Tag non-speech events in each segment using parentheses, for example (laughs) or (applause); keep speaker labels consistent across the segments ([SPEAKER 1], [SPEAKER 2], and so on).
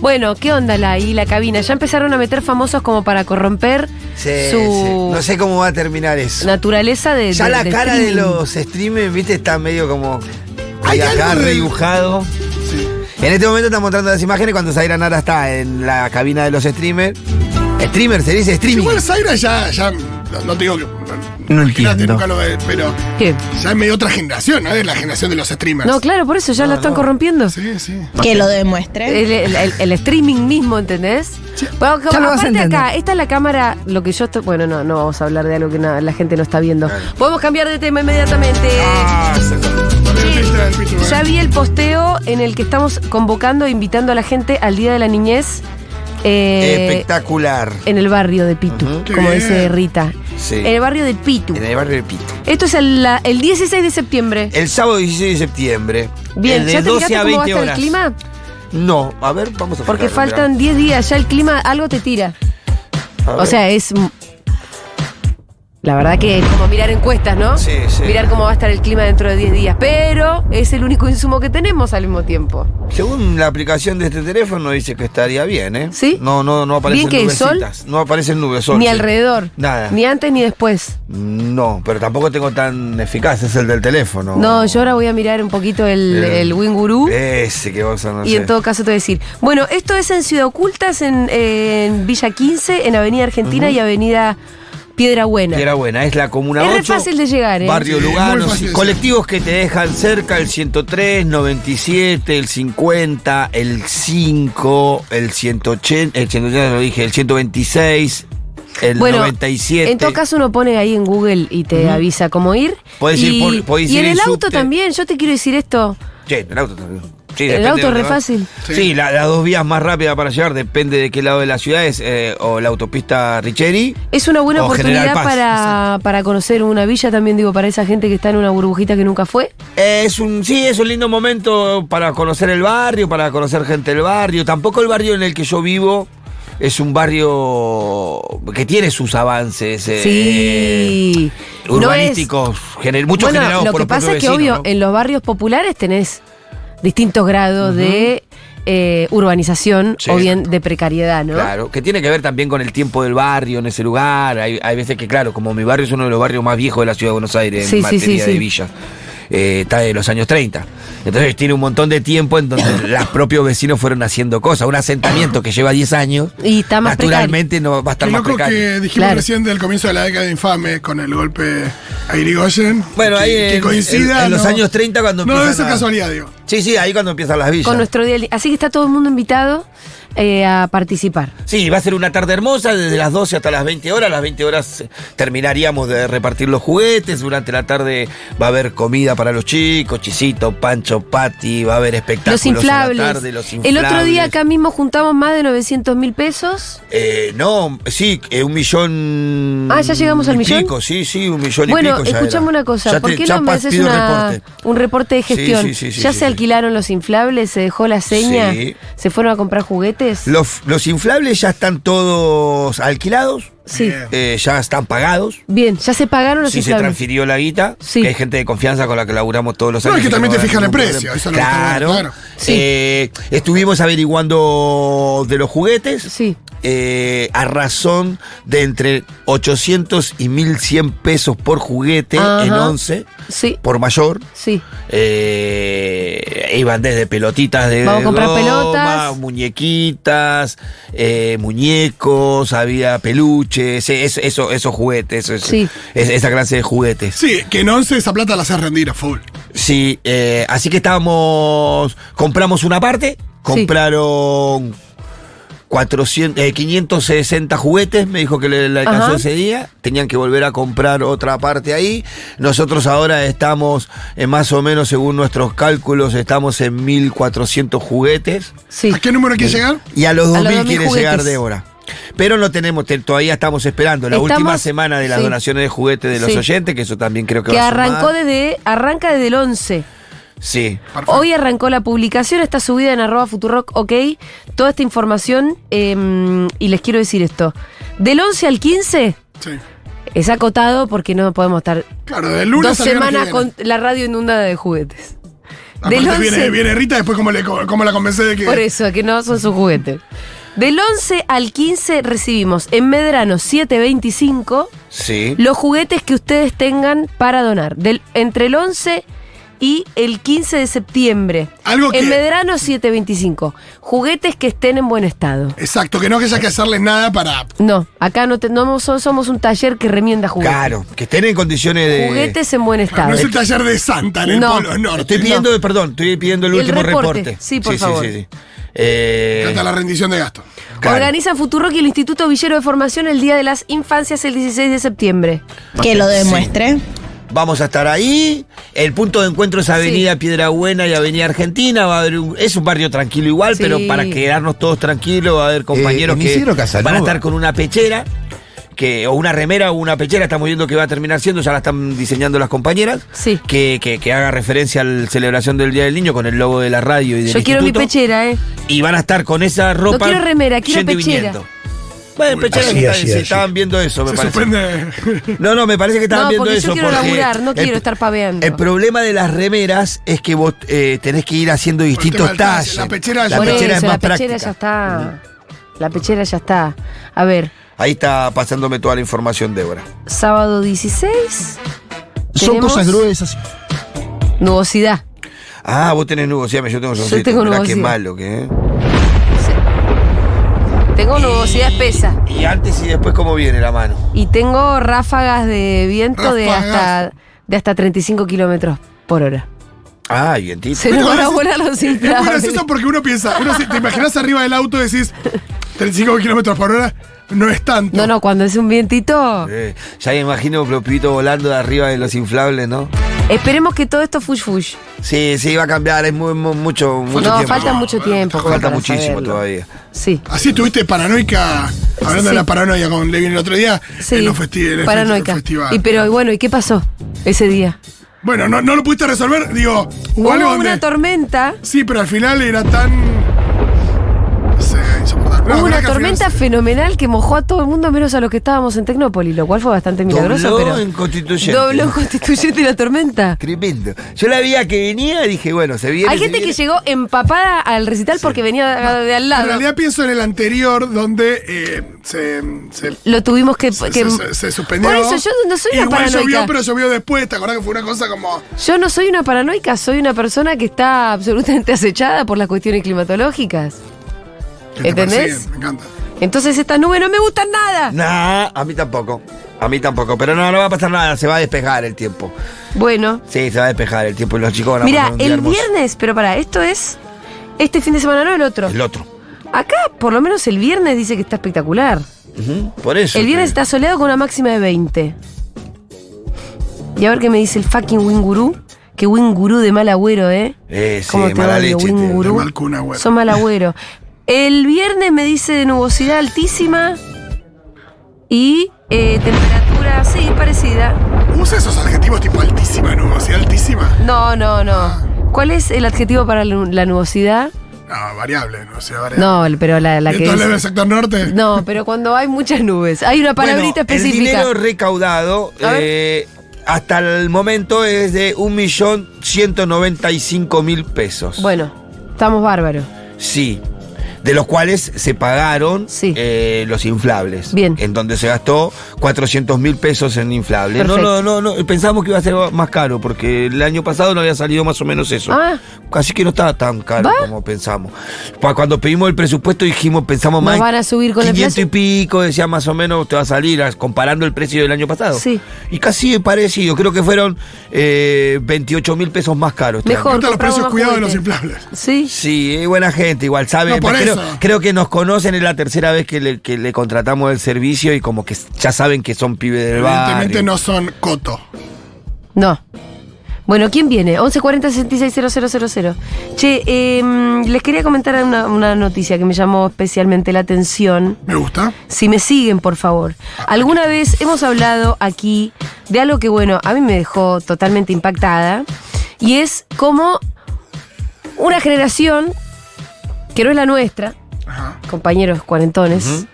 [SPEAKER 1] Bueno, ¿qué onda la, ahí la cabina? Ya empezaron a meter famosos como para corromper
[SPEAKER 2] Sí,
[SPEAKER 1] su
[SPEAKER 2] sí. No sé cómo va a terminar eso.
[SPEAKER 1] naturaleza de.
[SPEAKER 2] ya
[SPEAKER 1] de-
[SPEAKER 2] la
[SPEAKER 1] de
[SPEAKER 2] cara de
[SPEAKER 1] streaming.
[SPEAKER 2] los streamers, viste, está medio como. Hay
[SPEAKER 3] Hay
[SPEAKER 2] acá
[SPEAKER 3] algo de-
[SPEAKER 2] redibujado. En este momento están mostrando las imágenes cuando Zaira Nara está en la cabina de los streamers. Streamer, se dice streaming.
[SPEAKER 3] Igual Zaira ya, ya no, no te digo que. No,
[SPEAKER 2] No
[SPEAKER 3] imagínate,
[SPEAKER 2] entiendo.
[SPEAKER 3] nunca lo ves, pero
[SPEAKER 1] ¿Qué?
[SPEAKER 3] ya es medio otra generación, ¿no? Es la generación de los streamers.
[SPEAKER 1] No, claro, por eso ya la están corrompiendo.
[SPEAKER 3] Sí, sí.
[SPEAKER 4] Que lo demuestre.
[SPEAKER 5] Eh,
[SPEAKER 1] El, el- el- el streaming mismo, ¿entendés? Bueno, como-
[SPEAKER 6] Ya lo vas a
[SPEAKER 1] aparte
[SPEAKER 6] entender.
[SPEAKER 1] acá, esta es la cámara, lo que yo estoy. Bueno, no, no vamos a hablar de algo que na- la gente no está viendo. Podemos cambiar de tema inmediatamente.
[SPEAKER 3] Ah, se- el pitbull,
[SPEAKER 1] Ya
[SPEAKER 3] eh.
[SPEAKER 1] vi el posteo en el que estamos convocando e invitando a la gente al Día de la Niñez. eh,
[SPEAKER 2] Espectacular.
[SPEAKER 1] en el barrio de Pitu,
[SPEAKER 2] Ujú.
[SPEAKER 3] Qué
[SPEAKER 1] como
[SPEAKER 3] bien.
[SPEAKER 1] dice Rita.
[SPEAKER 2] Sí.
[SPEAKER 1] En el barrio de Pitu.
[SPEAKER 2] En el barrio de Pito.
[SPEAKER 1] Esto es el, la- el 16 de septiembre.
[SPEAKER 2] El sábado 16 de septiembre.
[SPEAKER 1] Bien,
[SPEAKER 2] Eh, de
[SPEAKER 1] ¿ya te
[SPEAKER 2] 12
[SPEAKER 1] fijaste
[SPEAKER 2] a
[SPEAKER 1] cómo va a
[SPEAKER 2] 20
[SPEAKER 1] estar
[SPEAKER 2] horas. Pues
[SPEAKER 1] el clima?
[SPEAKER 2] No, a ver, vamos a
[SPEAKER 1] Porque
[SPEAKER 2] fijarnos,
[SPEAKER 1] faltan 10 días, ya el clima algo te tira.
[SPEAKER 2] mirá. A
[SPEAKER 1] O
[SPEAKER 2] ver.
[SPEAKER 1] sea, es. m- La verdad que es como mirar encuestas, ¿no?
[SPEAKER 2] Sí, sí.
[SPEAKER 1] Mirar cómo va a estar el clima dentro de 10 días. Pero es el único insumo que tenemos al mismo tiempo.
[SPEAKER 2] Según la aplicación de este teléfono dice que estaría bien, ¿eh?
[SPEAKER 1] ¿Sí?
[SPEAKER 2] No, no, no aparecen
[SPEAKER 1] Bien que el sol.
[SPEAKER 2] nubecitas. No aparecen nubes. sol,
[SPEAKER 1] ni
[SPEAKER 2] sí.
[SPEAKER 1] alrededor.
[SPEAKER 2] Nada.
[SPEAKER 1] Ni antes ni después.
[SPEAKER 2] No, pero tampoco tengo tan eficaz, es el del teléfono.
[SPEAKER 1] No, yo ahora voy a mirar un poquito el,
[SPEAKER 2] Eh,
[SPEAKER 1] el Winguru.
[SPEAKER 2] Ese que vos a no
[SPEAKER 1] y en
[SPEAKER 2] sé.
[SPEAKER 1] todo caso te voy a decir. Bueno, esto es en Ciudad Ocultas, en, en Villa 15, en Avenida Argentina y Avenida Piedra Buena.
[SPEAKER 2] Que era buena, es la comuna
[SPEAKER 1] Es re
[SPEAKER 2] 8.
[SPEAKER 1] fácil de llegar, ¿eh?
[SPEAKER 2] Barrio
[SPEAKER 3] Sí,
[SPEAKER 2] Lugano,
[SPEAKER 3] muy
[SPEAKER 2] sí.
[SPEAKER 3] fácil.
[SPEAKER 2] colectivos que te dejan cerca el 103, 97, el 50, el 5, el 180, el 180 lo dije, el 126, el
[SPEAKER 1] Bueno,
[SPEAKER 2] 97.
[SPEAKER 1] En todo caso uno pone ahí en Google y te avisa cómo ir.
[SPEAKER 2] Podés ir
[SPEAKER 1] y,
[SPEAKER 2] por- podés
[SPEAKER 1] y
[SPEAKER 2] ir
[SPEAKER 1] en
[SPEAKER 2] en
[SPEAKER 1] el auto
[SPEAKER 2] subte.
[SPEAKER 1] también, yo te quiero decir esto.
[SPEAKER 2] Sí, en el auto también. Sí,
[SPEAKER 1] El
[SPEAKER 2] depende de
[SPEAKER 1] auto es
[SPEAKER 2] dónde
[SPEAKER 1] re
[SPEAKER 2] vas.
[SPEAKER 1] fácil.
[SPEAKER 2] Sí, la- las dos vías más rápidas para llegar, depende de qué lado de la ciudad es, eh, o la autopista Richeri.
[SPEAKER 1] Es una buena
[SPEAKER 2] O General
[SPEAKER 1] oportunidad
[SPEAKER 2] Paz,
[SPEAKER 1] para, para conocer una villa también, digo, para esa gente que está en una burbujita que nunca fue.
[SPEAKER 2] Es un, sí, es un lindo momento para conocer el barrio, para conocer gente del barrio. Tampoco el barrio en el que yo vivo es un barrio que tiene sus avances eh,
[SPEAKER 1] sí. No es-
[SPEAKER 2] urbanísticos, gener- muchos
[SPEAKER 1] bueno,
[SPEAKER 2] generados
[SPEAKER 1] lo
[SPEAKER 2] por
[SPEAKER 1] que
[SPEAKER 2] los
[SPEAKER 1] pasa es
[SPEAKER 2] propios
[SPEAKER 1] que obvio,
[SPEAKER 2] vecinos, ¿no?
[SPEAKER 1] en los barrios populares tenés distintos grados de eh, urbanización
[SPEAKER 2] Sí,
[SPEAKER 1] o bien de precariedad, ¿no?
[SPEAKER 2] Claro, que tiene que ver también con el tiempo del barrio en ese lugar. Hay, hay veces que, claro, como mi barrio es uno de los barrios más viejos de la ciudad de Buenos Aires
[SPEAKER 1] Sí, sí,
[SPEAKER 2] en materia
[SPEAKER 1] sí, sí.
[SPEAKER 2] de villas, eh, está de los años 30. Entonces tiene un montón de tiempo en
[SPEAKER 1] (coughs)
[SPEAKER 2] donde los propios vecinos fueron haciendo cosas. Un asentamiento que lleva 10 años,
[SPEAKER 1] Y está más
[SPEAKER 2] naturalmente no va a estar
[SPEAKER 3] Qué
[SPEAKER 2] más
[SPEAKER 3] loco
[SPEAKER 2] precario.
[SPEAKER 3] que dijimos
[SPEAKER 1] Claro.
[SPEAKER 3] recién del comienzo de la década de infame con el golpe a Irigoyen.
[SPEAKER 2] Bueno,
[SPEAKER 3] que,
[SPEAKER 2] ahí
[SPEAKER 3] que
[SPEAKER 2] en-
[SPEAKER 3] coincida.
[SPEAKER 2] en- en los
[SPEAKER 3] ¿no?
[SPEAKER 2] años 30 cuando
[SPEAKER 3] No,
[SPEAKER 2] empiezan
[SPEAKER 3] eso es
[SPEAKER 2] a-
[SPEAKER 3] casualidad, digo.
[SPEAKER 2] Sí, sí, ahí cuando empiezan las villas.
[SPEAKER 1] Con nuestro día. li- Así que está todo el mundo invitado eh, a participar.
[SPEAKER 2] Sí, va a ser una tarde hermosa, desde las 12 hasta las 20 horas. A las 20 horas eh, terminaríamos de repartir los juguetes. Durante la tarde va a haber comida para los chicos, chisito, pancho, pati, va a haber espectáculos.
[SPEAKER 1] Los inflables.
[SPEAKER 2] A la tarde, los
[SPEAKER 1] El otro día
[SPEAKER 2] inflables.
[SPEAKER 1] acá mismo juntamos más de 900 mil pesos.
[SPEAKER 2] Eh, no, sí, eh, un millón.
[SPEAKER 1] Ah, ¿ya llegamos al
[SPEAKER 2] y
[SPEAKER 1] millón?
[SPEAKER 2] Pico, sí, sí, un millón y
[SPEAKER 1] Bueno,
[SPEAKER 2] pico. ya era.
[SPEAKER 1] escuchame una cosa,
[SPEAKER 2] Ya
[SPEAKER 1] ¿por
[SPEAKER 2] te-
[SPEAKER 1] qué
[SPEAKER 2] ya
[SPEAKER 1] no me
[SPEAKER 2] pa-
[SPEAKER 1] haces
[SPEAKER 2] pido
[SPEAKER 1] una-
[SPEAKER 2] reporte.
[SPEAKER 1] un reporte de
[SPEAKER 2] Sí,
[SPEAKER 1] gestión?
[SPEAKER 2] sí, sí, sí,
[SPEAKER 1] ya
[SPEAKER 2] sí,
[SPEAKER 1] se
[SPEAKER 2] sí.
[SPEAKER 1] alquilaron los inflables, se dejó la seña,
[SPEAKER 2] Sí.
[SPEAKER 1] se fueron a comprar juguetes.
[SPEAKER 2] Los, los inflables ya están todos alquilados,
[SPEAKER 1] sí.
[SPEAKER 3] Bien.
[SPEAKER 2] eh, ya están pagados.
[SPEAKER 1] Bien, ya se pagaron los
[SPEAKER 2] Sí, se
[SPEAKER 1] inflables.
[SPEAKER 2] transfirió la guita.
[SPEAKER 1] Sí.
[SPEAKER 2] Que hay gente de confianza con la que laburamos todos los
[SPEAKER 3] No,
[SPEAKER 2] años.
[SPEAKER 3] es que también te
[SPEAKER 2] no va a
[SPEAKER 3] fijan el
[SPEAKER 2] haber
[SPEAKER 3] precio,
[SPEAKER 2] ningún
[SPEAKER 3] eso es lo que está
[SPEAKER 2] problema.
[SPEAKER 3] bueno,
[SPEAKER 2] Claro.
[SPEAKER 3] claro.
[SPEAKER 1] Sí.
[SPEAKER 2] Eh, estuvimos averiguando de los juguetes.
[SPEAKER 1] Sí.
[SPEAKER 2] eh, a razón de entre 800 y 1100 pesos por juguete
[SPEAKER 1] Ajá.
[SPEAKER 2] en 11,
[SPEAKER 1] Sí,
[SPEAKER 2] por mayor.
[SPEAKER 1] sí.
[SPEAKER 2] Eh, iban desde pelotitas de
[SPEAKER 1] Vamos a comprar
[SPEAKER 2] goma,
[SPEAKER 1] pelotas.
[SPEAKER 2] muñequitas, eh, muñecos, había peluches, eh, eso- eso- esos juguetes, eso-
[SPEAKER 1] Sí.
[SPEAKER 2] es- esa clase de juguetes.
[SPEAKER 3] Sí, que en 11 esa plata la haces rendir a full.
[SPEAKER 2] Sí, eh, así que estábamos, compramos una parte, compraron 400, eh, 560 juguetes, me dijo que le, le alcanzó
[SPEAKER 1] Ajá.
[SPEAKER 2] ese día, tenían que volver a comprar otra parte ahí. Nosotros ahora estamos, eh, más o menos según nuestros cálculos, estamos en 1400 juguetes
[SPEAKER 1] Sí.
[SPEAKER 3] ¿A qué número quieres llegar?
[SPEAKER 2] y a los
[SPEAKER 1] A los
[SPEAKER 2] 2000
[SPEAKER 1] 2000
[SPEAKER 2] quiere
[SPEAKER 1] juguetes.
[SPEAKER 2] llegar Débora. Pero no tenemos, te- todavía estamos esperando la
[SPEAKER 1] Estamos-
[SPEAKER 2] última semana de las
[SPEAKER 1] sí.
[SPEAKER 2] donaciones de juguetes de los
[SPEAKER 1] Sí.
[SPEAKER 2] oyentes, que eso también creo que,
[SPEAKER 1] Que
[SPEAKER 2] va a sumar.
[SPEAKER 1] arrancó desde, arranca desde el 11.
[SPEAKER 2] Sí.
[SPEAKER 3] Perfecto.
[SPEAKER 1] Hoy arrancó la publicación, está subida en arroba Futurock, ok. Toda esta información, eh, y les quiero decir esto. Del 11 al 15
[SPEAKER 3] Sí.
[SPEAKER 1] es acotado porque no podemos estar
[SPEAKER 3] Claro, de lunes
[SPEAKER 1] dos
[SPEAKER 3] a viernes que
[SPEAKER 1] semanas
[SPEAKER 3] viene.
[SPEAKER 1] con la radio inundada de juguetes. Del
[SPEAKER 3] Aparte
[SPEAKER 1] 11.
[SPEAKER 3] viene, viene Rita, después cómo, le, cómo la convencé de que...
[SPEAKER 1] Por eso, que no son sus juguetes. Del 11 al 15 recibimos en Medrano 725
[SPEAKER 2] Sí.
[SPEAKER 1] los juguetes que ustedes tengan para donar. Del, entre el 11 y el 15 de septiembre.
[SPEAKER 3] Algo que-
[SPEAKER 1] En Medrano 725. Juguetes que estén en buen estado.
[SPEAKER 3] Exacto, que no que haya que hacerles nada para...
[SPEAKER 1] No, acá no, te- no so- somos un taller que remienda juguetes.
[SPEAKER 2] Claro, que estén en condiciones de.
[SPEAKER 1] Juguetes en buen estado.
[SPEAKER 3] No es el taller de Santa en el
[SPEAKER 1] No.
[SPEAKER 3] Polo Norte.
[SPEAKER 2] Estoy pidiendo, perdón, estoy pidiendo el
[SPEAKER 1] El
[SPEAKER 2] último
[SPEAKER 1] reporte.
[SPEAKER 2] reporte.
[SPEAKER 1] Sí, por favor.
[SPEAKER 2] Eh,
[SPEAKER 3] Trata la rendición de gastos.
[SPEAKER 2] claro.
[SPEAKER 1] Organiza Futurock y el Instituto Villero de Formación el Día de las Infancias el 16 de septiembre.
[SPEAKER 4] Que lo demuestre.
[SPEAKER 2] Vamos a estar ahí. El punto de encuentro es Avenida Piedra Buena y Avenida Argentina. Va a haber un- es un barrio tranquilo igual,
[SPEAKER 1] Sí.
[SPEAKER 2] pero para quedarnos todos tranquilos va a haber compañeros
[SPEAKER 6] Eh, en
[SPEAKER 2] que
[SPEAKER 6] Isidro Casanova.
[SPEAKER 2] van a estar con una pechera. Que, o una remera o una pechera, estamos viendo que va a terminar siendo, ya la están diseñando las compañeras.
[SPEAKER 1] Sí.
[SPEAKER 2] Que, que- que haga referencia a la celebración del Día del Niño con el logo de la radio y del
[SPEAKER 1] Yo quiero mi
[SPEAKER 2] instituto.
[SPEAKER 1] pechera, ¿eh?
[SPEAKER 2] y van a estar con esa ropa.
[SPEAKER 1] quiero remera, quiero
[SPEAKER 2] yendo y
[SPEAKER 1] pechera.
[SPEAKER 2] viniendo. Bueno, pechera
[SPEAKER 6] Así,
[SPEAKER 2] está-
[SPEAKER 6] así,
[SPEAKER 2] se
[SPEAKER 6] así.
[SPEAKER 2] estaban viendo eso, me
[SPEAKER 3] Se
[SPEAKER 2] parece.
[SPEAKER 3] suspende...
[SPEAKER 1] (laughs)
[SPEAKER 2] No, no, me parece que estaban
[SPEAKER 1] No,
[SPEAKER 2] viendo
[SPEAKER 1] porque yo
[SPEAKER 2] eso.
[SPEAKER 1] quiero
[SPEAKER 2] porque
[SPEAKER 1] laburar, no
[SPEAKER 2] el-
[SPEAKER 1] quiero estar paveando.
[SPEAKER 2] El problema de las remeras es que vos eh, tenés que ir haciendo distintos
[SPEAKER 3] tema del talle,
[SPEAKER 2] talles.
[SPEAKER 3] la pechera
[SPEAKER 2] La
[SPEAKER 3] ya-
[SPEAKER 1] Por
[SPEAKER 2] pechera es
[SPEAKER 1] eso,
[SPEAKER 2] más
[SPEAKER 1] la pechera
[SPEAKER 2] práctica. Mm.
[SPEAKER 1] ya está. La pechera ya está. A ver,
[SPEAKER 2] Ahí está pasándome toda la información, Débora.
[SPEAKER 1] sábado 16,
[SPEAKER 6] Son
[SPEAKER 1] Tenemos-
[SPEAKER 6] cosas gruesas.
[SPEAKER 1] nubosidad.
[SPEAKER 2] Ah, vos tenés nubosidad, yo tengo soncito.
[SPEAKER 1] tengo
[SPEAKER 2] Mirá
[SPEAKER 1] nubosidad.
[SPEAKER 2] qué malo que es.
[SPEAKER 1] Tengo nubosidad espesa.
[SPEAKER 2] Y antes y después, ¿cómo viene la mano?
[SPEAKER 1] Y tengo ráfagas de viento de hasta
[SPEAKER 3] Ráfagas.
[SPEAKER 1] de hasta 35 kilómetros por hora.
[SPEAKER 2] Ah, vientito.
[SPEAKER 1] Se nos van a
[SPEAKER 3] parece-
[SPEAKER 1] volar los
[SPEAKER 3] Es muy
[SPEAKER 1] inflables.
[SPEAKER 3] gracioso porque uno piensa, uno se- te imaginas arriba del auto y decís 35 kilómetros por hora, no es tanto.
[SPEAKER 1] No, no, cuando es un vientito.
[SPEAKER 2] Eh, ya me imagino los pibitos volando de arriba de los inflables, ¿no?
[SPEAKER 1] Esperemos que todo esto fush fush.
[SPEAKER 2] Sí, sí, va a cambiar, es muy, mu- mucho, mucho
[SPEAKER 1] no,
[SPEAKER 2] tiempo.
[SPEAKER 1] falta mucho tiempo. como
[SPEAKER 2] Falta
[SPEAKER 1] para
[SPEAKER 2] muchísimo
[SPEAKER 1] saberlo.
[SPEAKER 2] todavía.
[SPEAKER 1] Sí.
[SPEAKER 3] Así estuviste paranoica, hablando
[SPEAKER 1] Sí.
[SPEAKER 3] de la paranoia con Levin el otro día,
[SPEAKER 1] Sí,
[SPEAKER 3] en los festi- en el
[SPEAKER 1] paranoica.
[SPEAKER 3] festival.
[SPEAKER 1] Y pero bueno, ¿y qué pasó ese día?
[SPEAKER 3] Bueno, no, no lo pudiste resolver, digo,
[SPEAKER 1] Hubo
[SPEAKER 3] hubo algo donde-
[SPEAKER 1] una tormenta,
[SPEAKER 3] Sí, pero al final era tan... No sé, insoportable.
[SPEAKER 1] hubo
[SPEAKER 3] No, la
[SPEAKER 1] una
[SPEAKER 3] verdad que al final-
[SPEAKER 1] tormenta fenomenal que mojó a todo el mundo menos a los que estábamos en Tecnópolis, lo cual fue bastante milagroso,
[SPEAKER 2] Dobló
[SPEAKER 1] pero
[SPEAKER 2] en Constituyente.
[SPEAKER 1] dobló en constituyente la
[SPEAKER 3] (laughs)
[SPEAKER 1] tormenta.
[SPEAKER 2] Tremendo. Yo la veía que venía y dije, bueno, se viene.
[SPEAKER 1] Hay
[SPEAKER 2] se
[SPEAKER 1] gente que
[SPEAKER 2] viene.
[SPEAKER 1] llegó empapada al recital porque venía de, de al
[SPEAKER 3] En
[SPEAKER 1] lado.
[SPEAKER 3] realidad pienso en el anterior donde eh, se, se-
[SPEAKER 1] Lo tuvimos que, que-
[SPEAKER 3] se- se- se suspendió.
[SPEAKER 1] Por eso yo no soy una
[SPEAKER 3] Igual
[SPEAKER 1] paranoica.
[SPEAKER 3] llovió, pero llovió después. ¿Te acordás que fue una cosa como...
[SPEAKER 1] Yo no soy una paranoica, soy una persona que está absolutamente (laughs) acechada por las cuestiones climatológicas.
[SPEAKER 3] que te
[SPEAKER 1] ¿Entendés?
[SPEAKER 3] persiguen? Me encanta.
[SPEAKER 1] Entonces estas nubes no me gustan nada.
[SPEAKER 2] Nah, a mí tampoco. A mí tampoco. Pero no, no va a pasar nada. Se va a despejar el tiempo.
[SPEAKER 1] Bueno,
[SPEAKER 2] Sí, se va a despejar el tiempo y los chicos van a
[SPEAKER 1] mira,
[SPEAKER 2] pasar un día
[SPEAKER 1] el
[SPEAKER 2] hermoso.
[SPEAKER 1] viernes, pero para, esto es este fin de semana, no el otro.
[SPEAKER 2] El otro.
[SPEAKER 1] Acá, por lo menos el viernes dice que está espectacular.
[SPEAKER 2] Ujú, Por eso.
[SPEAKER 1] El viernes
[SPEAKER 2] que-
[SPEAKER 1] está soleado con una máxima de 20. Y a ver qué me dice el fucking Winguru. Que Winguru de mal agüero, ¿eh?
[SPEAKER 2] Eh, sí,
[SPEAKER 1] ¿Cómo te
[SPEAKER 2] mala
[SPEAKER 1] odio,
[SPEAKER 2] leche. te-
[SPEAKER 1] Winguru?
[SPEAKER 3] de mal cuna, güey.
[SPEAKER 1] Son mal agüero. El viernes me dice de nubosidad altísima y eh, temperatura, sí, parecida.
[SPEAKER 3] Usa esos adjetivos tipo altísima, ¿no? O sea, altísima.
[SPEAKER 1] No, no, no. ¿Cuál es el adjetivo para la nu- la nubosidad?
[SPEAKER 3] No, variable, no sea variable.
[SPEAKER 1] No, el- pero la, la que
[SPEAKER 3] ¿Vientos
[SPEAKER 1] es...
[SPEAKER 3] leves sector norte?
[SPEAKER 1] No, pero cuando hay muchas nubes. Hay una palabrita
[SPEAKER 2] Bueno,
[SPEAKER 1] específica.
[SPEAKER 2] El dinero recaudado
[SPEAKER 1] A ver.
[SPEAKER 2] eh, hasta el momento es de 1.195.000 pesos.
[SPEAKER 1] Bueno, estamos bárbaros.
[SPEAKER 2] Sí. De los cuales se pagaron
[SPEAKER 1] Sí.
[SPEAKER 2] eh, los inflables.
[SPEAKER 1] Bien.
[SPEAKER 2] En donde se gastó 400 mil pesos en inflables. No,
[SPEAKER 1] Perfecto.
[SPEAKER 2] no, no, no, Pensamos que iba a ser más caro porque el año pasado no había salido más o menos eso.
[SPEAKER 1] Ah.
[SPEAKER 2] Así que no estaba tan caro
[SPEAKER 1] ¿Va?
[SPEAKER 2] como pensamos. Pa- Cuando pedimos el presupuesto dijimos, pensamos
[SPEAKER 1] Nos
[SPEAKER 2] más.
[SPEAKER 1] van a subir con el
[SPEAKER 2] 500 y
[SPEAKER 1] precio.
[SPEAKER 2] pico, decía más o menos, te va a salir as- comparando el precio del año pasado.
[SPEAKER 1] Sí.
[SPEAKER 2] Y casi parecido. Creo que fueron eh, 28 mil pesos más caros. este
[SPEAKER 1] Mejor.
[SPEAKER 2] año.
[SPEAKER 3] Me gustan
[SPEAKER 1] compramos
[SPEAKER 3] los precios
[SPEAKER 1] más
[SPEAKER 3] cuidados de los
[SPEAKER 1] juguetes.
[SPEAKER 3] inflables.
[SPEAKER 1] Sí.
[SPEAKER 2] Sí, es buena gente, igual sabe.
[SPEAKER 3] No, por
[SPEAKER 2] creo,
[SPEAKER 3] eso.
[SPEAKER 2] creo que nos conocen, es la tercera vez que le, que le contratamos el servicio y como que ya saben que son pibes del barrio.
[SPEAKER 3] Evidentemente no son coto.
[SPEAKER 1] No. Bueno, ¿quién viene? 1140-660000. Che, em, les quería comentar una, una noticia que me llamó especialmente la atención.
[SPEAKER 3] Me gusta.
[SPEAKER 1] Si me siguen, por favor. Alguna vez hemos hablado aquí de algo que, bueno, a mí me dejó totalmente impactada. Y es como una generación que no es la nuestra,
[SPEAKER 3] Ajá.
[SPEAKER 1] compañeros cuarentones.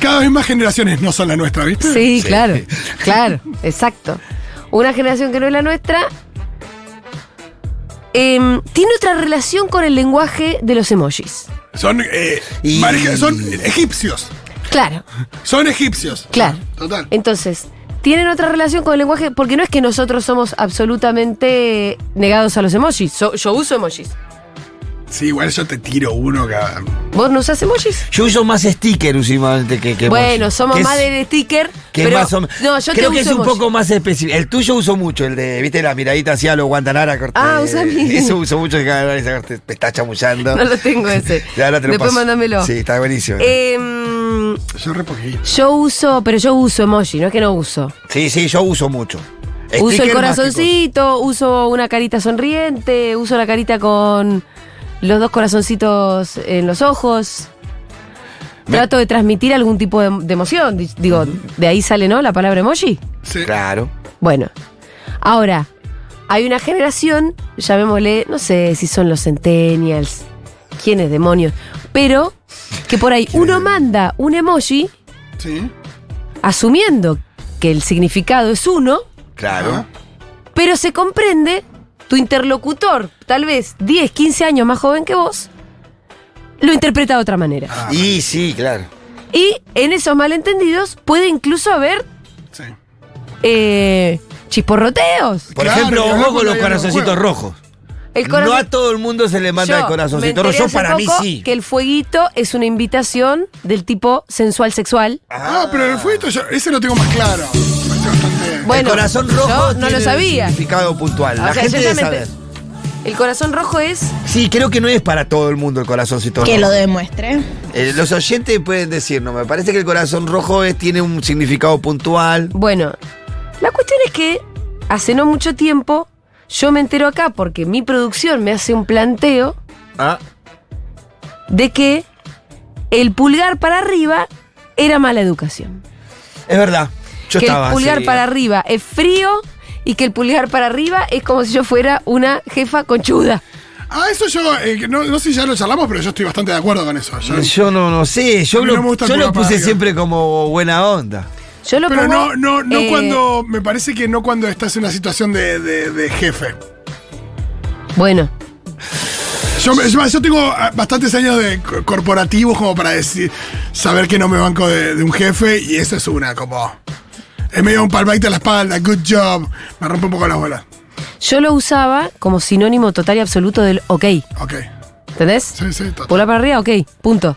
[SPEAKER 3] Cada vez más generaciones no son la nuestra, ¿viste?
[SPEAKER 1] Sí,
[SPEAKER 2] (laughs)
[SPEAKER 1] claro, claro, exacto. Una generación que no es la nuestra em, tiene otra relación con el lenguaje de los emojis.
[SPEAKER 3] Son, eh,
[SPEAKER 2] Y-
[SPEAKER 3] marija- son egipcios.
[SPEAKER 1] Claro,
[SPEAKER 3] Son egipcios.
[SPEAKER 1] claro.
[SPEAKER 3] Total.
[SPEAKER 1] Entonces, tienen otra relación con el lenguaje, porque no es que nosotros somos absolutamente negados a los emojis. So- yo uso emojis.
[SPEAKER 3] Sí, igual yo te tiro uno cada.
[SPEAKER 1] ¿Vos no usás emojis?
[SPEAKER 2] Yo uso más sticker últimamente que, que
[SPEAKER 1] bueno,
[SPEAKER 2] emoji.
[SPEAKER 1] somos
[SPEAKER 2] Que es-
[SPEAKER 1] más de sticker,
[SPEAKER 2] que es
[SPEAKER 1] pero
[SPEAKER 2] más o me-
[SPEAKER 1] no, yo
[SPEAKER 2] creo
[SPEAKER 1] te
[SPEAKER 2] que
[SPEAKER 1] uso
[SPEAKER 2] es un
[SPEAKER 1] emoji.
[SPEAKER 2] poco más específico. El tuyo uso mucho, el de, viste, la miradita hacia a lo Guantanara. corte-
[SPEAKER 1] Ah, usa mi-
[SPEAKER 2] (laughs) Eso uso mucho, que cada vez te te está
[SPEAKER 1] (laughs) (laughs)
[SPEAKER 2] chamullando.
[SPEAKER 1] No lo tengo ese.
[SPEAKER 2] Ya, ahora te lo
[SPEAKER 1] Después
[SPEAKER 2] paso.
[SPEAKER 1] mándamelo. Eh,
[SPEAKER 2] Sí, está buenísimo.
[SPEAKER 1] Em,
[SPEAKER 3] Yo re poquito.
[SPEAKER 1] yo uso, pero yo uso emoji, no es que no uso.
[SPEAKER 2] Sí, sí, yo uso mucho.
[SPEAKER 1] uso el
[SPEAKER 2] Sticker más que cosas.
[SPEAKER 1] corazoncito, uso una carita sonriente, uso la carita con los dos corazoncitos en los ojos.
[SPEAKER 2] Me-
[SPEAKER 1] Trato de transmitir algún tipo de, de emoción. di- Digo, de ahí sale, ¿no? La palabra emoji.
[SPEAKER 3] Sí.
[SPEAKER 2] Claro.
[SPEAKER 1] Bueno, ahora, hay una generación, llamémosle, no sé si son los centennials, quiénes demonios, pero que por ahí uno manda un emoji
[SPEAKER 3] Sí.
[SPEAKER 1] asumiendo que el significado es uno,
[SPEAKER 2] Claro.
[SPEAKER 3] Ajá.
[SPEAKER 1] pero se comprende tu interlocutor, tal vez 10, 15 años más joven que vos, lo interpreta de otra manera.
[SPEAKER 3] Ah,
[SPEAKER 2] Y sí, claro.
[SPEAKER 1] Y en esos malentendidos puede incluso haber
[SPEAKER 3] sí.
[SPEAKER 1] eh, chisporroteos.
[SPEAKER 2] Por
[SPEAKER 3] Claro,
[SPEAKER 2] ejemplo,
[SPEAKER 3] y hablamos
[SPEAKER 2] vos con los
[SPEAKER 3] de
[SPEAKER 2] corazoncitos
[SPEAKER 3] videojuegos.
[SPEAKER 2] rojos.
[SPEAKER 1] El corazón-
[SPEAKER 2] No a todo el mundo se le manda el
[SPEAKER 1] Yo,
[SPEAKER 2] corazoncito
[SPEAKER 1] me
[SPEAKER 2] rojo.
[SPEAKER 1] enteré
[SPEAKER 2] Yo
[SPEAKER 1] hace
[SPEAKER 2] para mí
[SPEAKER 1] poco
[SPEAKER 2] sí.
[SPEAKER 1] Que el fueguito es una invitación del tipo sensual sexual.
[SPEAKER 3] Ah, pero el fueguito yo, ese lo tengo más claro. Bastante-
[SPEAKER 1] Bueno,
[SPEAKER 2] el corazón rojo
[SPEAKER 1] yo no
[SPEAKER 2] tiene
[SPEAKER 1] lo
[SPEAKER 2] un
[SPEAKER 1] sabía.
[SPEAKER 2] significado puntual.
[SPEAKER 1] O
[SPEAKER 2] La
[SPEAKER 1] sea,
[SPEAKER 2] gente
[SPEAKER 1] yo ya
[SPEAKER 2] debe
[SPEAKER 1] me
[SPEAKER 2] saber.
[SPEAKER 1] El corazón rojo es.
[SPEAKER 2] Sí, creo que no es para todo el mundo el corazoncito rojo.
[SPEAKER 4] Que lo demuestre.
[SPEAKER 2] Eh, los oyentes pueden decirnos. Me parece que el corazón rojo es- tiene un significado puntual.
[SPEAKER 1] Bueno, la cuestión es que hace no mucho tiempo yo me entero acá porque mi producción me hace un planteo
[SPEAKER 2] Ah,
[SPEAKER 1] de que el pulgar para arriba era mala educación.
[SPEAKER 2] es verdad. Yo
[SPEAKER 1] que
[SPEAKER 2] estaba.
[SPEAKER 1] el pulgar
[SPEAKER 2] sí.
[SPEAKER 1] para
[SPEAKER 3] eh.
[SPEAKER 1] arriba es frío y que el pulgar para arriba es como si yo fuera una jefa conchuda.
[SPEAKER 3] Ah, eso yo, eh, que no, no sé si ya lo charlamos, pero yo estoy bastante de acuerdo con eso. Yo-
[SPEAKER 2] Yo no, no sé.
[SPEAKER 3] A
[SPEAKER 2] Yo
[SPEAKER 3] mí
[SPEAKER 2] lo,
[SPEAKER 3] no me gusta el
[SPEAKER 2] yo lo
[SPEAKER 3] pulgar para
[SPEAKER 2] puse
[SPEAKER 3] arriba.
[SPEAKER 2] siempre como buena onda.
[SPEAKER 1] Yo lo
[SPEAKER 3] pero
[SPEAKER 1] pongo,
[SPEAKER 3] no, no, no
[SPEAKER 1] eh,
[SPEAKER 3] cuando. Me parece que no cuando estás en una situación de, de- de jefe.
[SPEAKER 1] Bueno,
[SPEAKER 3] Yo, me- yo- yo tengo ah, bastantes años de co- corporativos como para decir, saber que no me banco de, de un jefe y eso es una, como. Es medio un palmaite a la espalda, good job. Me rompe un poco las bolas.
[SPEAKER 1] yo lo usaba como sinónimo total y absoluto del ok.
[SPEAKER 3] Ok.
[SPEAKER 1] ¿Entendés?
[SPEAKER 3] Sí, sí, total.
[SPEAKER 1] Pulgar para arriba, ok, punto.